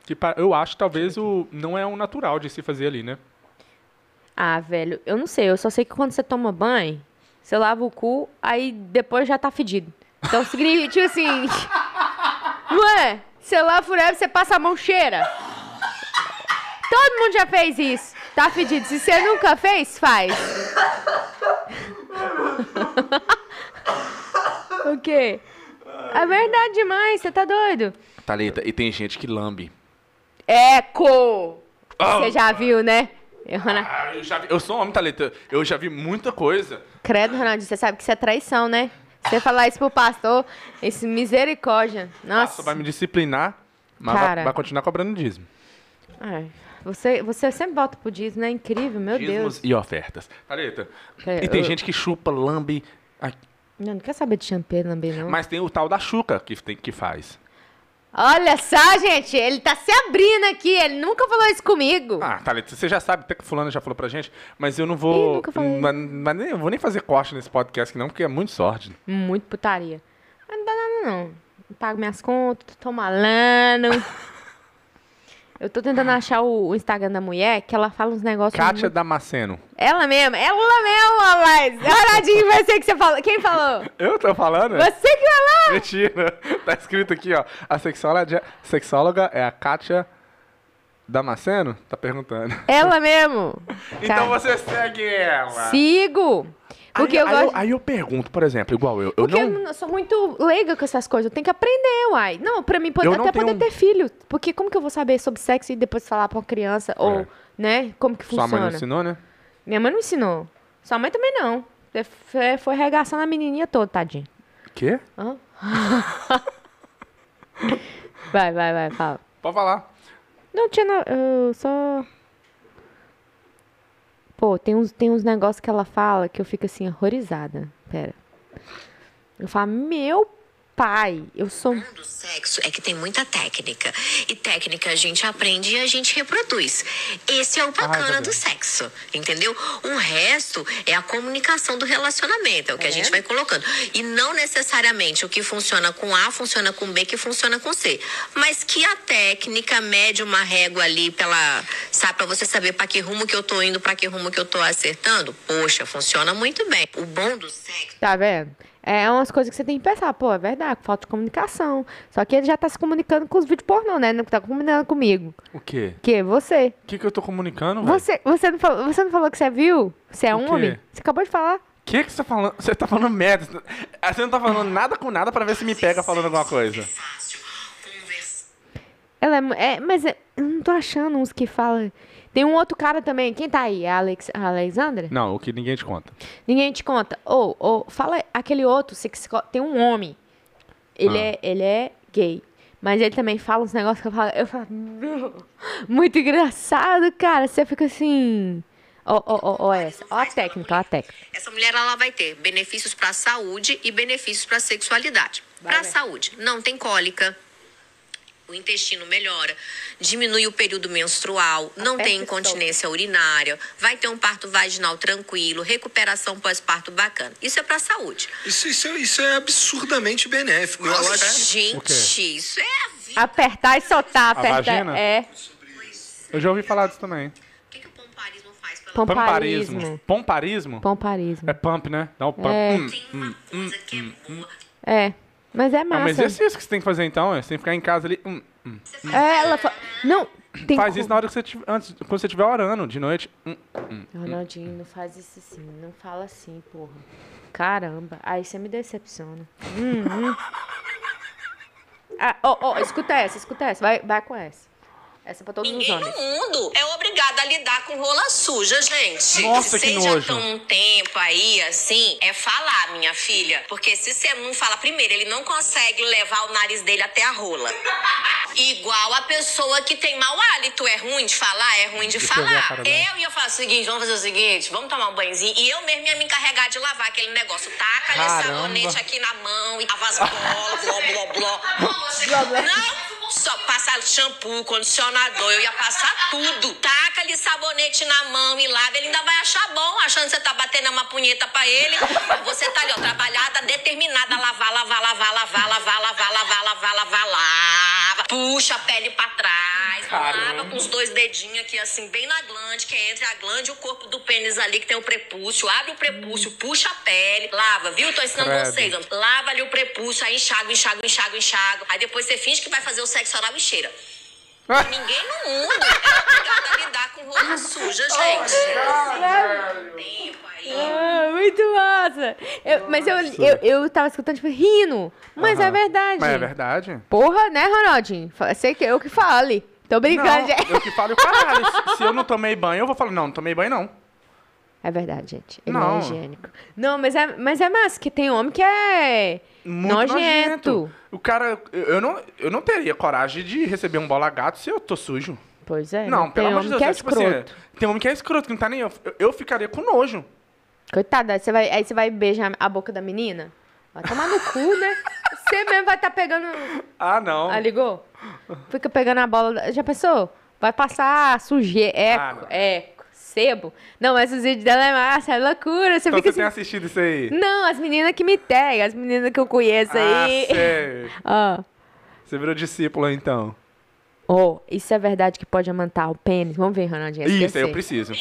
S1: Que pa- eu acho que talvez o não é um natural de se fazer ali, né?
S2: Ah, velho, eu não sei. Eu só sei que quando você toma banho, você lava o cu, aí depois já tá fedido. Então significa, tipo assim. Não é? Você lava o ureba, você passa a mão cheira. Todo mundo já fez isso. Tá fedido. Se você nunca fez, faz. o quê? É verdade demais, você tá doido?
S1: Talita, e tem gente que lambe.
S2: Eco! Você já viu, né? Eu, Ronald-
S1: Ah, eu, já vi- eu sou homem, Talita. Eu já vi muita coisa.
S2: Credo, Ronaldinho, você sabe que isso é traição, né? Você falar isso pro pastor, esse misericórdia.
S1: Nossa, vai
S2: Nossa.
S1: me disciplinar, mas vai-
S2: Cara.
S1: vai, continuar cobrando dízimo.
S2: Ai, É, você, você sempre volta pro dízimo, né? Incrível, meu
S1: Dízimos e ofertas. Talita,
S2: É,
S1: e tem
S2: eu-
S1: gente que chupa, lambe. ah,
S2: Deus. Não, não quer saber de champanhe também, não.
S1: Mas tem o tal da chuca que, tem, que faz.
S2: Olha só, gente, ele tá se abrindo aqui, ele nunca falou isso comigo.
S1: Ah, Thalita, você já sabe, até que fulano já falou pra gente, mas eu não vou.
S2: Ih, nunca falei.
S1: mas- mas nem- eu vou nem fazer corte nesse podcast aqui não, porque é muito
S2: Uhum.
S1: sorte.
S2: Muito putaria. Mas não dá nada, não. Não pago minhas contas, tô malando. Eu tô tentando achar o, o Instagram da mulher, que ela fala uns negócios
S1: Kátia Damasceno.
S2: Ela mesma, ela mesma, mas. Aradinho, vai ser que você falou. Quem falou?
S1: Eu tô falando?
S2: Você que falou!
S1: Mentira. Tá escrito aqui, ó. A sexóloga, sexóloga é a Kátia Damasceno? Tá perguntando.
S2: Ela mesmo!
S1: Então
S2: Tá.
S1: você segue ela.
S2: Sigo! Porque
S1: aí,
S2: eu
S1: aí
S2: gosto.
S1: aí eu pergunto, por exemplo, igual eu. Eu
S2: porque eu
S1: não...
S2: não- eu sou muito leiga com essas coisas. Eu tenho que aprender, uai. Não, pra mim, poder,
S1: Eu não
S2: até
S1: tenho
S2: poder
S1: um-
S2: ter filho. Porque como que eu vou saber sobre sexo e depois falar pra uma criança? Ou,
S1: É.
S2: né? Como que
S1: Sua
S2: funciona?
S1: mãe não ensinou, né?
S2: Minha mãe não ensinou. Sua mãe também não. Foi, foi regaçando a menininha toda, tadinho.
S1: Quê?
S2: Hã? vai, vai, vai, fala.
S1: Pode falar.
S2: Não tinha. na- Eu só. Pô, tem uns, tem uns negócios que ela fala que eu fico assim, horrorizada. Pera. Eu falo, meu pai, eu sou. um
S3: problema do sexo é que tem muita técnica. E técnica a gente aprende e a gente reproduz. Esse é o bacana
S1: Deus.
S3: do sexo, entendeu? O resto é a comunicação do relacionamento, é o que a gente vai colocando. E não necessariamente o que funciona com A funciona com B, que funciona com C. Mas que a técnica mede uma régua ali pela, sabe, para você saber para que rumo que eu tô indo, para que rumo que eu tô acertando. Poxa, funciona muito bem. O bom do sexo
S2: Tá vendo? É umas coisas que você tem que pensar, pô, é verdade, falta de comunicação. Só que ele já tá se comunicando com os vídeos pornô, né? Não tá combinando comigo.
S1: O quê?
S2: Que? Você.
S1: O que, que eu tô comunicando, velho?
S2: Você, você, não falou, você não falou que você viu? Você é
S1: O
S2: um
S1: quê?
S2: homem? Você acabou de falar?
S1: O que, que você tá falando? Você tá falando merda. Você não tá falando nada com nada pra ver se me pega falando alguma coisa.
S3: é fácil. Conversar.
S2: Ela é, mu- é, mas é- eu não tô achando uns que fala. Tem um outro cara também. Quem tá aí? A, Alex, a Alexandra?
S1: Não, o que ninguém te conta.
S2: Ninguém te conta. Ou, ou, fala aquele outro sexo. Tem um homem. Ele,
S1: Ah.
S2: é, ele é gay. Mas ele também fala uns negócios que eu falo. Eu falo. "Não." Muito engraçado, cara. Você fica assim. Ó, ó, ó, ó, essa. Ó a técnica, ó a técnica.
S3: Essa mulher ela vai ter benefícios para a saúde e benefícios para a sexualidade. Para a
S2: ver.
S3: saúde, não tem cólica. O intestino melhora, diminui o período menstrual, não
S2: Aperta
S3: tem
S2: e
S3: incontinência urinária, vai ter um parto vaginal tranquilo, recuperação pós-parto bacana. Isso é para a saúde.
S4: Isso, isso, é- isso é absurdamente benéfico. Eu
S3: Nossa,
S4: acho-
S1: O quê?
S3: gente, isso é a vida.
S2: Apertar e soltar, apertar.
S1: vagina?
S2: É.
S1: Eu já ouvi falar disso também.
S3: O que, que o pomparismo faz pela
S2: Pomparismo.
S1: Pomparismo?
S2: Pomparismo.
S1: É pump, né? Dá um pump.
S2: É.
S1: Hum.
S3: Tem uma coisa que é boa.
S2: É. Mas
S1: É
S2: é
S1: um
S2: massa.
S1: exercício que você tem que fazer então, é. Você tem que ficar em casa ali. hum, hum.
S2: É, ela fa... Não, tem
S1: Faz
S2: co-
S1: isso na hora que você tiver, antes, quando você estiver orando de noite. Hum.
S2: Ronaldinho, não faz isso assim. Não fala assim, porra. Caramba. Aí você me decepciona. Hum, hum. Ah, ó, ó, escuta essa, escuta essa. Vai, vai com essa. Essa é pra todos os
S3: Ninguém no
S2: homens.
S3: mundo é obrigado a lidar com rola suja, gente.
S1: Nossa,
S3: se
S1: que
S3: já
S1: nojo.
S3: estão um tempo aí, assim, é falar, minha filha. Porque se você não fala primeiro, ele não consegue levar o nariz dele até a rola. Igual a pessoa que tem mau hálito. É ruim de falar, é ruim de
S1: Deixa eu ver a
S3: falar.
S1: cara dela.
S3: Eu, ia falar o seguinte, vamos fazer o seguinte, vamos tomar um banhozinho. E eu mesmo ia me encarregar de lavar aquele negócio. Taca
S1: Caramba.
S3: ali sabonete aqui na mão e lava as bolas, bló, bló, bló. Não, só passar shampoo, condicionador, eu ia passar tudo. Taca ali sabonete na mão e lava, ele ainda vai achar bom, achando que você tá batendo uma punheta pra ele. Você tá ali, ó, trabalhada, determinada a lavar, lavar, lavar, lavar, lavar, lavar, lavar, lavar, lavar, lava. Puxa a pele pra trás, lava com os dois dedinhos aqui, assim, bem na glande, que é entre a glande e o corpo do pênis ali, que tem o prepúcio. Abre o prepúcio, puxa a pele, lava, viu? Tô ensinando
S1: Credo.
S3: vocês, ó. Lava ali o prepúcio, aí enxaga, enxaga, enxaga, enxaga. Aí depois você finge que vai fazer o sexo oral e cheira. Ninguém no mundo é obrigado a lidar com rola suja, gente. Tempo aí.
S2: Ah, muito massa. Eu- mas eu, eu, eu tava escutando, tipo, rindo. Mas é
S1: Aham.
S2: verdade.
S1: Mas é verdade.
S2: Porra, né, Ronaldinho? Fa- Sei que eu que fale. Tô brincando,
S1: Não,
S2: gente.
S1: eu que falo, caralho, se- se eu não tomei banho, eu vou falar, não, não tomei banho não.
S2: É verdade, gente. Ele não.
S1: Não.
S2: é higiênico. Não, mas é, mas é massa, que tem homem que é
S1: Muito O cara, eu- eu não, eu não teria coragem de receber um bola gato se eu tô sujo.
S2: Pois é.
S1: não, pelo
S2: né? tem
S1: amor de
S2: homem
S1: Deus.
S2: que é
S1: é tipo assim,
S2: escroto.
S1: é, tem homem que é escroto, que não tá nem. Eu, eu ficaria com nojo. é-
S2: Coitada, você vai, aí você vai beijar a boca da menina? Vai tomar no cu, né? Você mesmo vai estar pegando.
S1: Ah, não.
S2: Ah, ligou? Fica pegando a bola. da- Já pensou? Vai passar sujeira.
S1: Ah,
S2: Eco,
S1: não.
S2: eco, sebo. Não, mas os vídeos dela é massa, é loucura. Você
S1: então você
S2: fica
S1: tem
S2: assim.
S1: assistido isso aí?
S2: Não, as meninas que me pegam, as meninas que eu conheço
S1: Ah,
S2: aí. Ah,
S1: sério.
S2: Ó.
S1: Você virou discípulo, então.
S2: Oh, isso é verdade que pode aumentar o pênis? Vamos ver, Ronaldinho. esse
S1: Isso, aí eu
S2: eu sei.
S1: preciso.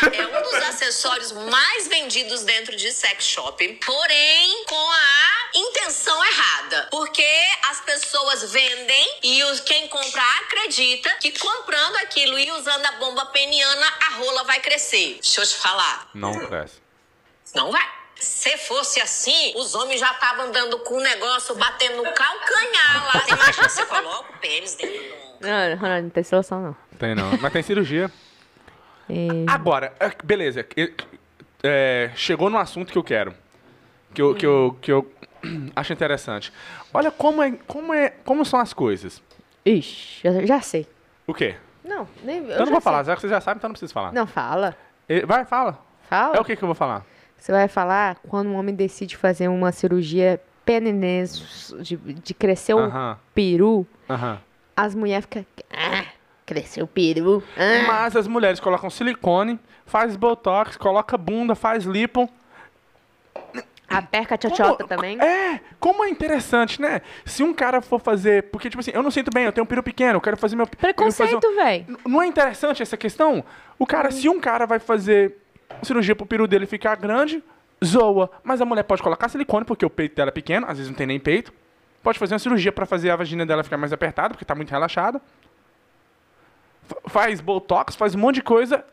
S3: Periana é um dos acessórios mais vendidos dentro de sex shop, porém com a intenção errada, porque as pessoas vendem e os, quem compra acredita que comprando aquilo e usando a bomba peniana a rola vai crescer. Deixa eu te falar,
S1: Não cresce.
S3: não vai. Se fosse assim, os homens já estavam dando com o negócio, batendo no calcanhar lá. Você imagina, você coloca o pênis dentro do ombro.
S2: Não, Ronaldinho, não tem solução, não.
S1: Tem não. Mas tem cirurgia. Agora, é, beleza. é, é, chegou no assunto que eu quero. Que eu, que eu, que eu acho interessante. Olha como, é, como, é, como são as coisas.
S2: Ixi, já, já sei.
S1: O quê?
S2: Não, nem. Eu,
S1: Eu,
S2: já
S1: não vou
S2: sei.
S1: falar, já que você já sabe, então não preciso falar.
S2: Não, fala.
S1: Eh, Vai, fala.
S2: Fala.
S1: É o que que eu vou falar?
S2: Você vai falar quando um homem decide fazer uma cirurgia peninesus, de, de crescer o
S1: Aham.
S2: peru,
S1: Aham.
S2: as mulheres ficam. Ah, cresceu o peru. Ah.
S1: Mas as mulheres colocam silicone, faz botox, coloca bunda, faz lipo.
S2: A perca
S1: Como-
S2: tchotchota também.
S1: É, como é interessante, né? Se um cara for fazer. Porque, tipo assim, eu não sinto bem, eu tenho um peru pequeno, eu quero fazer meu. eu quero fazer um-
S2: Preconceito, véi.
S1: N- Não é interessante essa questão? O cara, se um cara vai fazer cirurgia pro peru dele ficar grande, zoa. Mas a mulher pode colocar silicone, porque o peito dela é pequeno, às vezes não tem nem peito. Pode fazer uma cirurgia pra fazer a vagina dela ficar mais apertada, porque tá muito relaxada. Fa- Faz botox, faz um monte de coisa.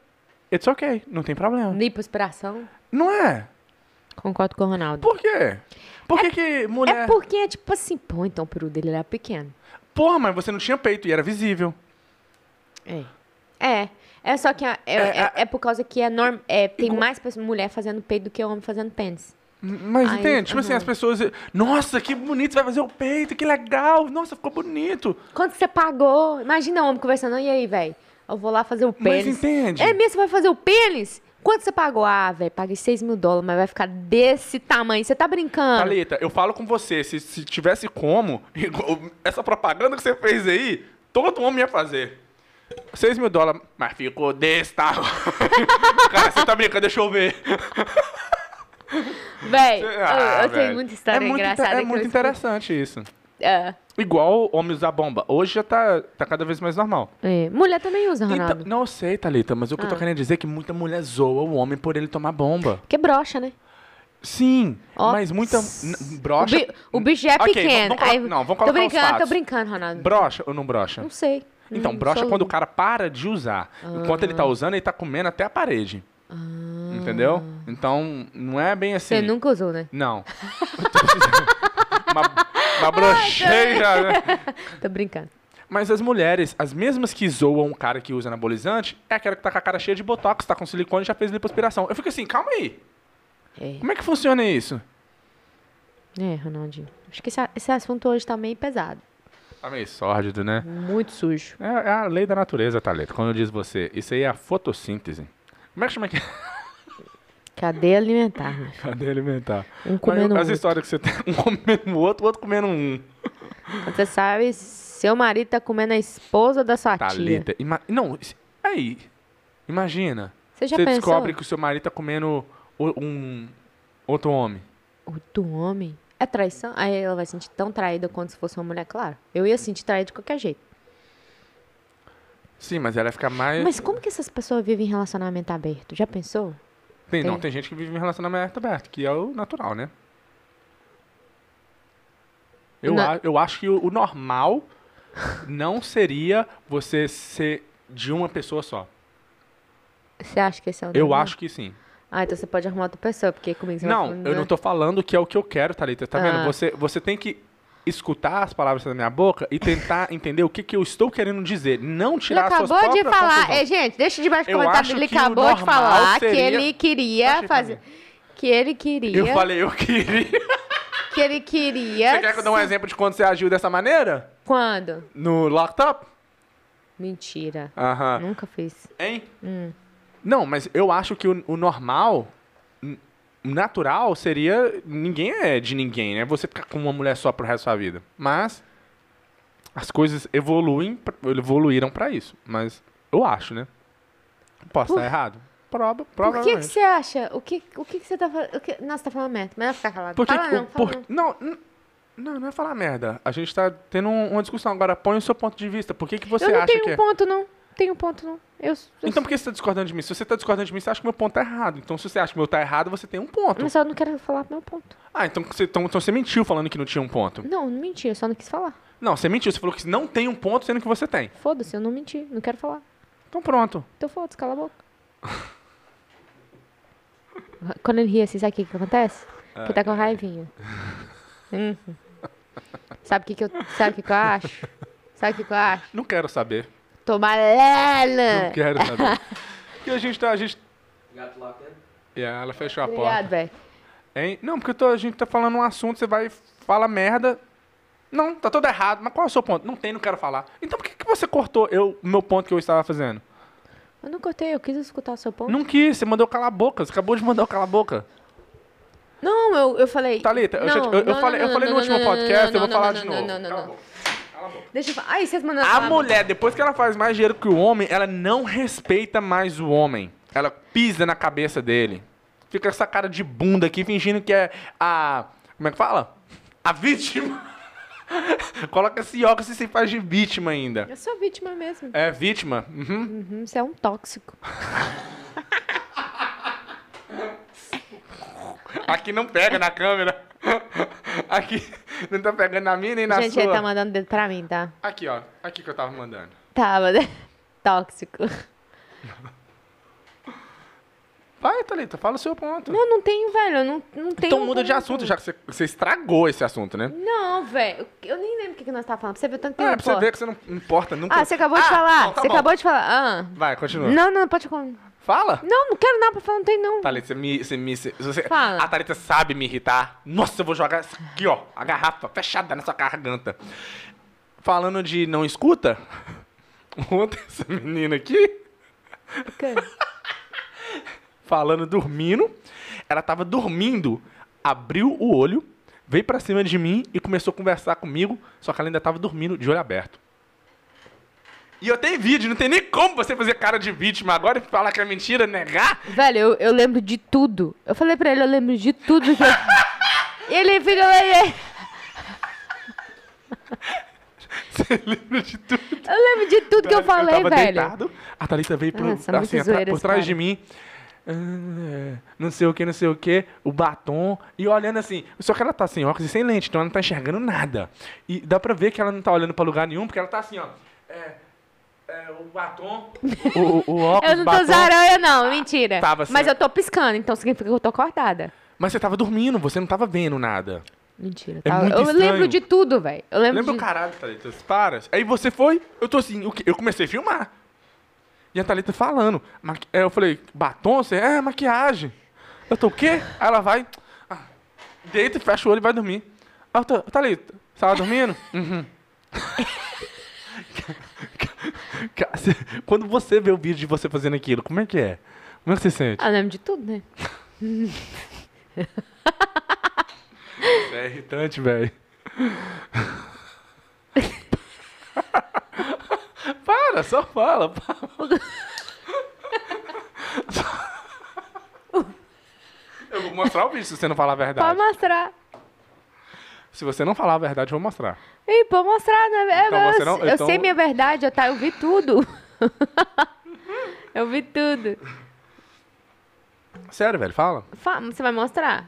S1: It's ok, não tem problema.
S2: Lipoaspiração.
S1: Não é?
S2: Concordo com o Ronaldo.
S1: Por quê? Por que, que mulher.
S2: É porque é tipo assim, pô, então o peru dele era pequeno.
S1: Porra, mas você não tinha peito e era visível.
S2: É. É. É só que a- é, é, é por causa que é norm, é, tem mais pessoa- mulher fazendo peito do que homem fazendo pênis.
S1: Mas
S2: Aí,
S1: entende? Tipo assim,
S2: aham.
S1: as pessoas. Nossa, que bonito, você vai fazer o peito, que legal. Nossa, ficou bonito.
S2: Quanto você pagou? Imagina o homem conversando, e aí, velho? Eu vou lá fazer o
S1: Mas
S2: pênis.
S1: entende?
S2: É mesmo, você vai fazer o pênis? Quanto você pagou? Ah, velho, paguei 6 mil dólares, mas vai ficar desse tamanho. Você tá brincando?
S1: Thalita, eu falo com você, se, se tivesse como, igual- essa propaganda que você fez aí, todo homem ia fazer. 6 mil dólares, mas ficou desse tamanho. Cara, você tá brincando, deixa eu ver.
S2: Véi, eu- eu,
S1: Ah,
S2: tenho
S1: velho.
S2: muita história
S1: é muito, inter-
S2: engraçada.
S1: É
S2: que eu
S1: muito
S2: escuto.
S1: interessante isso.
S2: É.
S1: Igual homem usar bomba. Hoje já tá, tá cada vez mais normal.
S2: É, Mulher também usa,
S1: Então-
S2: Ronaldo.
S1: não eu
S2: Ah.
S1: sei, Thalita, mas o que eu tô querendo dizer é que muita mulher zoa o homem por ele tomar bomba.
S2: Porque brocha, né?
S1: Sim,
S2: Ó,
S1: mas muita. n- Brocha.
S2: O, bi- o bicho já é
S1: Ok,
S2: pequeno.
S1: vamos- vamos
S2: aí-
S1: colo- não, vamos
S2: tô
S1: colocar os
S2: brincando, tô
S1: fatos.
S2: brincando, Ronaldo.
S1: Brocha ou não brocha?
S2: Não sei. Ah.
S1: Então,
S2: Não
S1: brocha é
S2: sou-
S1: quando o cara para de usar. Enquanto ele tá usando, ele tá comendo até a parede. Entendeu? Então, não é bem assim.
S2: Ah. Você nunca usou, né?
S1: Não. uma, uma brocheira, né?
S2: Tô brincando.
S1: Mas as mulheres, as mesmas que zoam o cara que usa anabolizante, é aquela que tá com a cara cheia de botox, tá com silicone e já fez lipoaspiração. Eu fico assim, calma aí.
S2: É,
S1: Como é que funciona isso?
S2: é Ronaldinho. Acho que esse, a- esse assunto hoje tá meio pesado.
S1: Tá meio sórdido, né?
S2: Muito sujo.
S1: É, é a lei da natureza, Thalita. Quando diz você, isso aí é a fotossíntese. Como é que chama aqui?
S2: Cadê alimentar? meu filho?
S1: Cadê alimentar?
S2: Um comendo
S1: Mas
S2: o
S1: As
S2: outro.
S1: histórias que você tem, um comendo o outro, o outro comendo um.
S2: Você sabe, seu marido tá comendo a esposa da sua
S1: Tá
S2: tia.
S1: Thalita, ima- não, se- aí, imagina.
S2: Você já
S1: você
S2: pensou?
S1: descobre que o seu marido tá comendo o- um outro homem.
S2: O do homem é traição? Aí ela vai se sentir tão traída quanto se fosse uma mulher, claro. Eu ia sentir traída de qualquer jeito.
S1: Sim, mas ela fica mais...
S2: Mas como que essas pessoas vivem em relacionamento aberto? Já pensou?
S1: Tem, não,
S2: É.
S1: tem gente que vive em relacionamento aberto, que é o natural, né? Eu,
S2: Na-
S1: a- eu acho que o, o normal não seria você ser de uma pessoa só.
S2: Você acha que esse é o
S1: Eu
S2: normal?
S1: acho que sim.
S2: Ah, então você pode arrumar outra pessoa, porque comigo você vai...
S1: Não, eu não tô falando que é o que eu quero, Thalita. Tá
S2: Ah.
S1: vendo? Você, você tem que escutar as palavras da minha boca e tentar entender o que, que eu estou querendo dizer. Não
S2: Ele
S1: tirar as suas
S2: acabou de
S1: próprias
S2: falar.
S1: conclusões.
S2: É, gente, deixa debaixo do
S1: Eu
S2: comentário.
S1: acho
S2: Ele
S1: que o
S2: acabou de
S1: normal
S2: falar que
S1: seria-
S2: ele queria
S1: Achei pra
S2: fazer. Que ele queria.
S1: Eu falei, eu queria.
S2: Que ele queria.
S1: Você quer que eu dê um exemplo de quando você agiu dessa maneira?
S2: Quando?
S1: No laptop?
S2: Mentira.
S1: Aham.
S2: Nunca fiz.
S1: Hein?
S2: Hum.
S1: Não, mas eu acho que o, o normal, n- o natural, seria. Ninguém é de ninguém, né? Você ficar com uma mulher só pro resto da sua vida. Mas. As coisas evoluem, pra- evoluíram pra isso. Mas eu acho, né? Posso
S2: Por-
S1: estar errado? Prova,
S2: Por
S1: provavelmente.
S2: que, que você acha? O que, o que, que você tá falando? O que... Nossa, tá falando merda. Melhor ficar calado.
S1: Porque
S2: fala
S1: o-
S2: não, fala
S1: por-
S2: não.
S1: não, n- não, não é falar merda. A gente tá tendo um- uma discussão agora. Põe o seu ponto de vista. Por que, que você
S2: Eu não
S1: acha
S2: tenho
S1: que é?
S2: ponto, não. Tenho ponto, não. Eu, eu
S1: Então por que você tá discordando de mim? Se você tá discordando de mim, você acha que meu ponto tá errado. Então se você acha que meu tá errado, você tem um ponto.
S2: Mas eu não quero falar meu ponto.
S1: Ah, então você, então, então você mentiu falando que não tinha um ponto.
S2: Não, não menti, eu só não quis falar.
S1: Não, você mentiu. Você falou que não tem um ponto, sendo que você tem.
S2: Foda-se, eu não menti, não quero falar.
S1: Então pronto.
S2: Então foda-se, cala a boca. Quando ele ri assim, sabe o que, que acontece? Porque
S1: Ah.
S2: tá com raivinha. Uhum. Sabe o que, que eu. Sabe o que, que eu acho? Sabe o que, que eu acho?
S1: Não quero saber.
S2: Tô
S1: Não
S2: malela!
S1: quero saber. Porque a gente tá... A gente... E ela fechou a
S2: Obrigado,
S1: porta.
S2: velho.
S1: Hein? Não, porque eu tô- a gente tá falando um assunto, você vai e fala merda. Não, tá tudo errado. Mas qual é o seu ponto? Não tem, não quero falar. Então por que, que você cortou eu, meu ponto que eu estava fazendo?
S2: Eu não cortei, eu quis escutar o seu ponto. Não,
S1: Não quis, você mandou eu calar a boca. Você acabou de mandar eu calar a boca.
S2: eu, eu falei.
S1: Thalita, eu, já,
S2: Não,
S1: eu, eu
S2: não,
S1: falei,
S2: não,
S1: eu falei
S2: não,
S1: no último
S2: não, não,
S1: podcast, eu
S2: não,
S1: vou
S2: não,
S1: falar
S2: não,
S1: de
S2: não,
S1: novo.
S2: Não, não,
S1: Cala a
S2: não.
S1: boca.
S2: Deixa eu falar. Ai, vocês mandaram
S1: A
S2: falar, não.
S1: mulher, depois que ela faz mais dinheiro que o homem, ela não respeita mais o homem. Ela pisa na cabeça dele. Fica essa cara de bunda aqui, fingindo que é a. Como é que fala? A vítima. Coloca esse óculos e se faz de vítima ainda.
S2: Eu sou vítima mesmo.
S1: É, vítima. Uhum.
S2: Uhum, você é um tóxico.
S1: Tá Aqui não pega na câmera. Aqui não tá pegando na minha nem na
S2: Gente, ele
S1: sua.
S2: tá mandando dedo pra mim, tá?
S1: Aqui, ó. Aqui que eu tava mandando.
S2: Tá, mas... Tóxico.
S1: Vai, Thalita, fala o seu ponto.
S2: Eu não tenho, velho. Eu não, não tenho...
S1: então muda de
S2: como-
S1: assunto, já que você, você estragou esse assunto, né?
S2: Não, velho. Eu nem lembro o que, que nós tava falando. Pra você ver tanto tempo.
S1: Ah, é pra você ver que você não importa nunca.
S2: Ah, você acabou de falar.
S1: não, tá
S2: você
S1: bom. Tá.
S2: acabou de falar. Ah.
S1: Vai, continua.
S2: Não, não, pode... con-
S1: Fala.
S2: Não, não quero nada pra falar. Não tem, não.
S1: Thalita, você me. Você me você, você-
S2: Fala.
S1: A Thalita sabe me irritar. Nossa, eu vou jogar isso aqui, ó. A garrafa fechada na sua garganta. Falando de não escuta, ontem essa menina aqui,
S2: Eu quero.
S1: falando dormindo, ela tava dormindo, abriu o olho, veio pra cima de mim e começou a conversar comigo, só que ela ainda tava dormindo de olho aberto. E eu tenho vídeo, não tem nem como você fazer cara de vítima agora e falar que é mentira, negar.
S2: Velho, eu, eu lembro de tudo. Eu falei pra ele, eu lembro de tudo. Que eu- ele fica...
S1: Você lembra de tudo?
S2: Eu lembro de tudo que eu falei,
S1: tava
S2: velho.
S1: deitado, a Thalita veio pro,
S2: Ah, são muito
S1: assim, atra-
S2: zoeira
S1: por
S2: esse
S1: trás
S2: cara.
S1: de mim. ah, não sei o que, não sei o que, o batom, e olhando assim. Só que ela tá sem óculos e sem lente, então ela não tá enxergando nada. E dá pra ver que ela não tá olhando pra lugar nenhum, porque ela tá assim, ó. É, é, o batom, o, o- o óculos,
S2: Eu não tô
S1: batom.
S2: usando aranha, não, mentira.
S1: Tava assim,
S2: Mas
S1: ó.
S2: eu tô piscando, então significa que eu tô acordada.
S1: Mas você tava dormindo, você não tava vendo nada.
S2: Mentira.
S1: É
S2: tava-
S1: muito
S2: eu
S1: estranho.
S2: lembro de tudo, velho. Eu lembro
S1: Lembra o
S2: de...
S1: caralho, Thalita? Você Para. Aí você foi, eu tô assim, o quê? eu comecei a filmar. E a Thalita falando. maqui- é, Eu falei, batom? Você? É, maquiagem. Eu tô o quê? Aí ela vai, ah, deita, e fecha o olho e vai dormir. Aí eu tô, Thalita, você tava dormindo? Uhum. Ca- cê- Quando você vê o vídeo de você fazendo aquilo, como é que é? Como é que você sente?
S2: Ah, eu lembro de tudo, né?
S1: É irritante, velho. Para, só fala. pa- Eu vou mostrar o vídeo se você não falar a
S2: Pode
S1: verdade.
S2: mostrar.
S1: Se você não falar a verdade, eu vou mostrar.
S2: Ei, pode mostrar, né?
S1: Então
S2: eu
S1: você não-
S2: eu
S1: então-
S2: sei minha verdade, eu, tá, eu vi tudo. eu vi tudo.
S1: Sério, velho, fala.
S2: Fa- Você vai mostrar?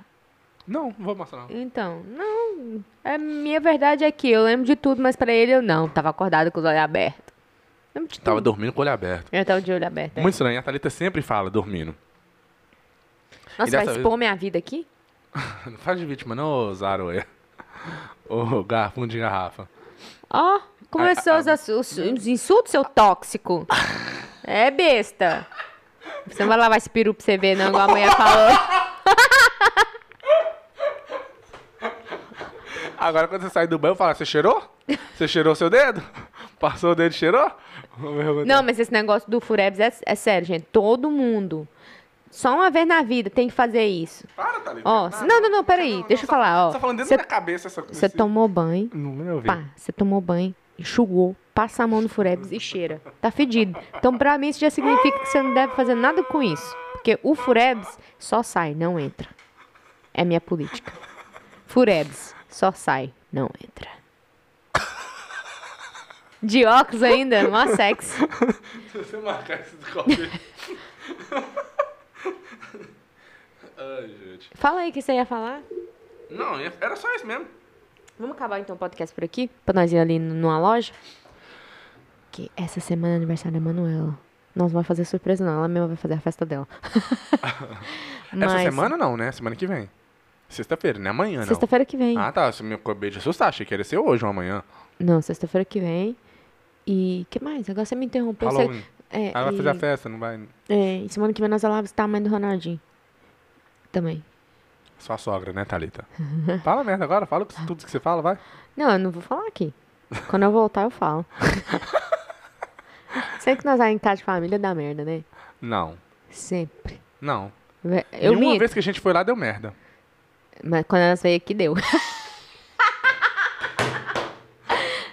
S1: Não, não vou mostrar. não.
S2: Então, não. A minha verdade é que eu lembro de tudo, mas pra ele eu não. Tava acordada com os olhos abertos. Lembro de
S1: Tava
S2: tudo.
S1: dormindo com o olho aberto.
S2: Eu tava de olho aberto. é.
S1: Muito estranho. A Thalita sempre fala dormindo.
S2: Nossa,
S1: e
S2: vai
S1: dessa
S2: expor minha vida aqui?
S1: Não faz de vítima, não, ô Zaroia. Ô, garfo de garrafa.
S2: Ó, começou
S1: A- a-
S2: os, ass- os- os insultos, seu tóxico. É besta. Você não vai lavar esse peru pra você ver, não, igual a mulher falou.
S1: Agora quando você sai do banho, eu falo, você cheirou? Você cheirou seu dedo? Passou o dedo e cheirou? Vou perguntar.
S2: Não, mas esse negócio do Furebs é, é sério, gente. Todo mundo. Só uma vez na vida tem que fazer isso.
S1: Para, tá Thalita.
S2: Ó, se- não, não, não, peraí, deixa eu
S1: só-
S2: falar, ó.
S1: Só tá falando dentro
S2: Cê-
S1: da minha cabeça essa coisa. assim.
S2: Você tomou banho,
S1: Não me ouvi.
S2: pá, você tomou banho, enxugou, passa a mão no Furebs e cheira. Tá fedido. Então, pra mim, isso já significa que você não deve fazer nada com isso. Porque o Furebs só sai, não entra. É minha política. Furebs só sai, não entra. De óculos ainda, mó sexy.
S1: Se você marcar esse copo. Ai, gente.
S2: Fala aí o que você ia falar.
S1: Não, era só isso mesmo.
S2: Vamos acabar então o podcast por aqui? Pra nós ir ali n- numa loja? Que essa semana é aniversário da Manuela. Nós vamos fazer surpresa, não. Ela mesma vai fazer a festa dela.
S1: Essa
S2: Mas-
S1: semana não, né? Semana que vem. Sexta-feira, né? Amanhã, não.
S2: Sexta-feira que vem.
S1: Ah, tá. Você me acabei de assustar. Achei que ia ser hoje ou amanhã.
S2: Não, sexta-feira que vem. E que mais? Agora você me interrompeu. Você...
S1: Halloween.
S2: É,
S1: Ela vai
S2: e...
S1: fazer a festa, não vai...
S2: é, e semana que vem nós vamos lá visitar a mãe do Ronaldinho. Também.
S1: Sua sogra, né, Thalita? fala merda agora. Fala tudo que você fala, vai.
S2: Não, eu não vou falar aqui. Quando eu voltar, eu falo. Sempre que nós vamos em casa de família, dá merda, né?
S1: Não.
S2: Sempre.
S1: Não.
S2: Vé- Eu
S1: Nenhuma
S2: minto.
S1: vez que a gente foi lá, deu merda.
S2: Mas quando elas veio aqui, deu.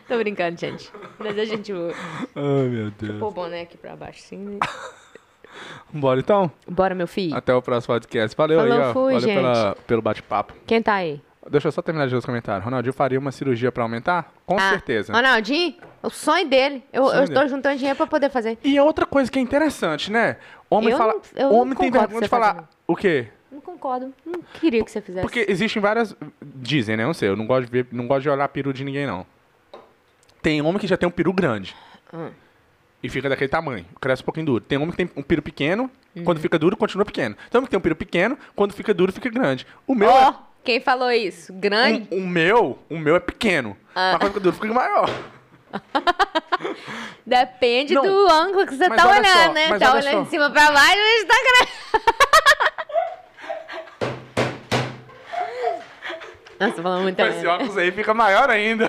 S2: Tô brincando, gente. Mas a gente...
S1: Ai, meu Deus.
S2: Pô, o boné aqui pra baixo, sim. né?
S1: Bora, então.
S2: Bora, meu filho.
S1: Até o próximo podcast. Valeu aí,
S2: Falou,
S1: ó.
S2: fui,
S1: Valeu
S2: gente.
S1: pela- pelo bate-papo.
S2: Quem tá aí?
S1: Deixa eu só terminar de ler os comentários. Ronaldinho faria uma cirurgia pra aumentar? Com
S2: Ah,
S1: certeza.
S2: Ronaldinho, o sonho dele. Eu,
S1: Sonho
S2: eu
S1: dele.
S2: estou juntando dinheiro pra poder fazer.
S1: E outra coisa que é interessante, né? Homem
S2: Eu
S1: fala.
S2: não- eu não
S1: homem tem
S2: concordo
S1: vergonha de
S2: com você fazer,
S1: falar.
S2: não.
S1: O quê?
S2: Não concordo. Não queria que você fizesse.
S1: Porque existem várias. Dizem, né? Eu não sei. Eu não gosto de ver, não gosto de olhar peru de ninguém, não. Tem homem que já tem um peru grande. E fica daquele tamanho. Cresce um pouquinho duro. Tem homem que tem um peru pequeno, quando fica duro, continua pequeno. Tem homem que tem um peru pequeno, quando fica duro, fica grande. O meu
S2: Ó,
S1: é
S2: quem falou isso? Grande?
S1: O, o meu, o meu é pequeno. Mas quando fica duro, fica maior.
S2: Depende
S1: Não.
S2: do ângulo que você
S1: Mas
S2: tá
S1: olha
S2: olhando,
S1: só,
S2: né?
S1: mas
S2: Tá
S1: olha
S2: olhando
S1: só.
S2: de cima pra baixo, mas tá grande. Nossa, falando muito
S1: Esse óculos aí fica maior ainda.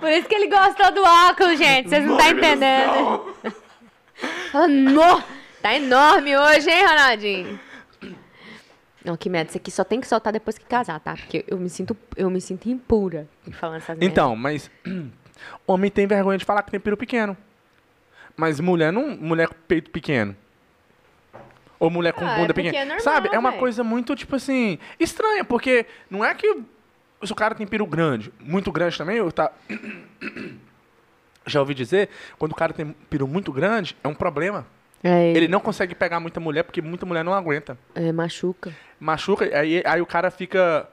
S2: Por isso que ele gostou do óculos, gente. Vocês não estão entendendo. Fala, "No- Tá enorme hoje, hein, Ronaldinho? Não, que merda. Isso aqui só tem que soltar depois que casar, tá? Porque eu me sinto, eu me sinto impura falando essas merdas.
S1: Então, mas homem tem vergonha de falar que tem peru pequeno. Mas mulher não, mulher com peito pequeno. Ou mulher com
S2: Ah, é
S1: bunda
S2: porque
S1: pequena.
S2: é normal,
S1: Sabe? É uma
S2: véi.
S1: coisa muito tipo assim, estranha, porque não é que se o cara tem peru grande, muito grande também, eu tá Já ouvi dizer, quando o cara tem peru muito grande, é um problema.
S2: É,
S1: Ele não consegue pegar muita mulher porque muita mulher não aguenta.
S2: é, machuca.
S1: Machuca, aí, aí o cara fica.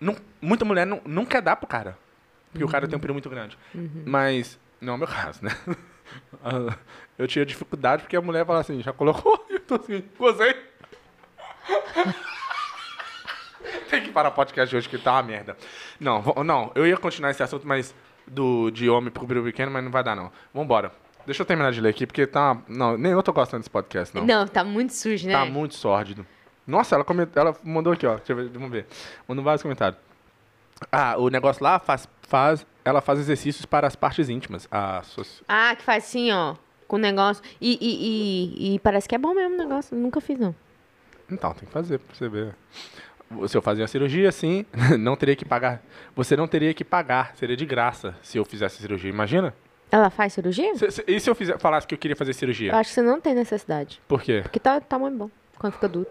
S1: não- muita mulher não, não quer dar pro cara. Porque o cara tem um peru muito grande. Mas não é o meu caso, né? Ah, Eu tinha dificuldade porque a mulher fala assim, já colocou, eu tô assim, gozei. Tem que parar o podcast hoje que tá uma merda. Não, vo- não, eu ia continuar esse assunto, mas do, de homem pro peru pequeno, mas não vai dar, não. Vambora. Deixa eu terminar de ler aqui, porque tá. uma- Não, nem eu tô gostando desse podcast,
S2: Não.
S1: não.
S2: tá muito sujo, né?
S1: Tá muito sórdido. Nossa, ela, coment- ela mandou aqui, ó. Deixa eu ver, vamos ver. Mandou vários comentários. Ah, o negócio lá faz, faz. Ela faz exercícios para as partes íntimas. A soci-
S2: Ah, que faz assim, ó. Com o negócio. E, e, e, e parece que é bom mesmo o negócio. Nunca fiz, não.
S1: Então, tem que fazer pra você ver. Se eu fazia a cirurgia, sim, não teria que pagar. Você não teria que pagar, seria de graça se eu fizesse cirurgia. Imagina?
S2: Ela faz cirurgia?
S1: Se- se- e se eu fizer, falasse que eu queria fazer
S2: Eu
S1: cirurgia?
S2: acho que você não tem necessidade.
S1: Por quê?
S2: Porque tá, tá muito bom. Quando fica duro.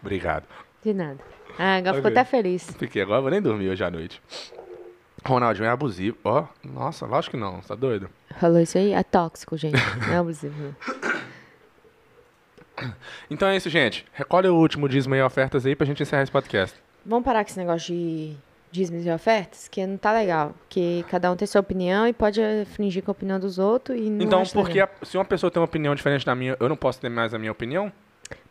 S1: Obrigado.
S2: De nada. Ah, agora ficou
S1: Ok.
S2: até feliz.
S1: Fiquei, agora eu vou nem dormir hoje à noite. Ronaldinho é abusivo. Ó, nossa, lógico que não, tá doido?
S2: Falou isso aí? É tóxico, gente. Não é abusivo. não.
S1: Então é isso, gente. Recolhe o último dízimo e ofertas aí pra gente encerrar esse podcast.
S2: Vamos parar com esse negócio de dízimos e ofertas, que não tá legal. Porque cada um tem sua opinião e pode eh, fingir com a opinião dos outros e não
S1: então,
S2: acho
S1: porque
S2: legal.
S1: a- se uma pessoa tem uma opinião diferente da minha, eu não posso ter mais a minha opinião?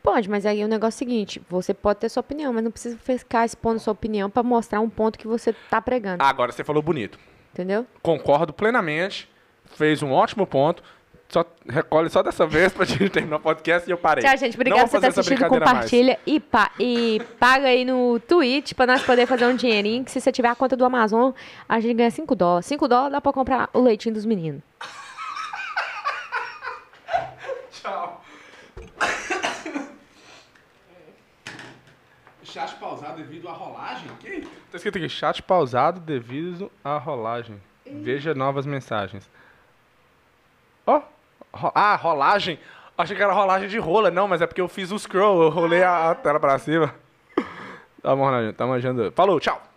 S2: Pode, mas aí é o negócio seguinte. Você pode ter sua opinião, mas não precisa ficar expondo sua opinião pra mostrar um ponto que você tá pregando.
S1: Ah, agora você falou bonito.
S2: Entendeu?
S1: Concordo plenamente. Fez um ótimo ponto. Só recolhe só dessa vez pra gente terminar o podcast e eu parei.
S2: Tchau, gente.
S1: Não
S2: Obrigado
S1: vou
S2: por você ter
S1: fazer essa
S2: assistido.
S1: brincadeira mais.
S2: Compartilha e, pa- e paga aí no Twitch pra nós poder fazer um dinheirinho. Que se você tiver a conta do Amazon, a gente ganha 5 dólares. 5 dólares dá pra comprar o leitinho dos meninos.
S1: Tchau. Chat pausado devido à rolagem? Tá escrito aqui, chat pausado devido à rolagem. Veja novas mensagens. Ó, ro- ah, rolagem. Achei que era rolagem de rola. Não, mas é porque eu fiz o scroll, eu rolei a, a tela pra cima. Tá bom, Ronaldinho, tá manjando. Falou, tchau.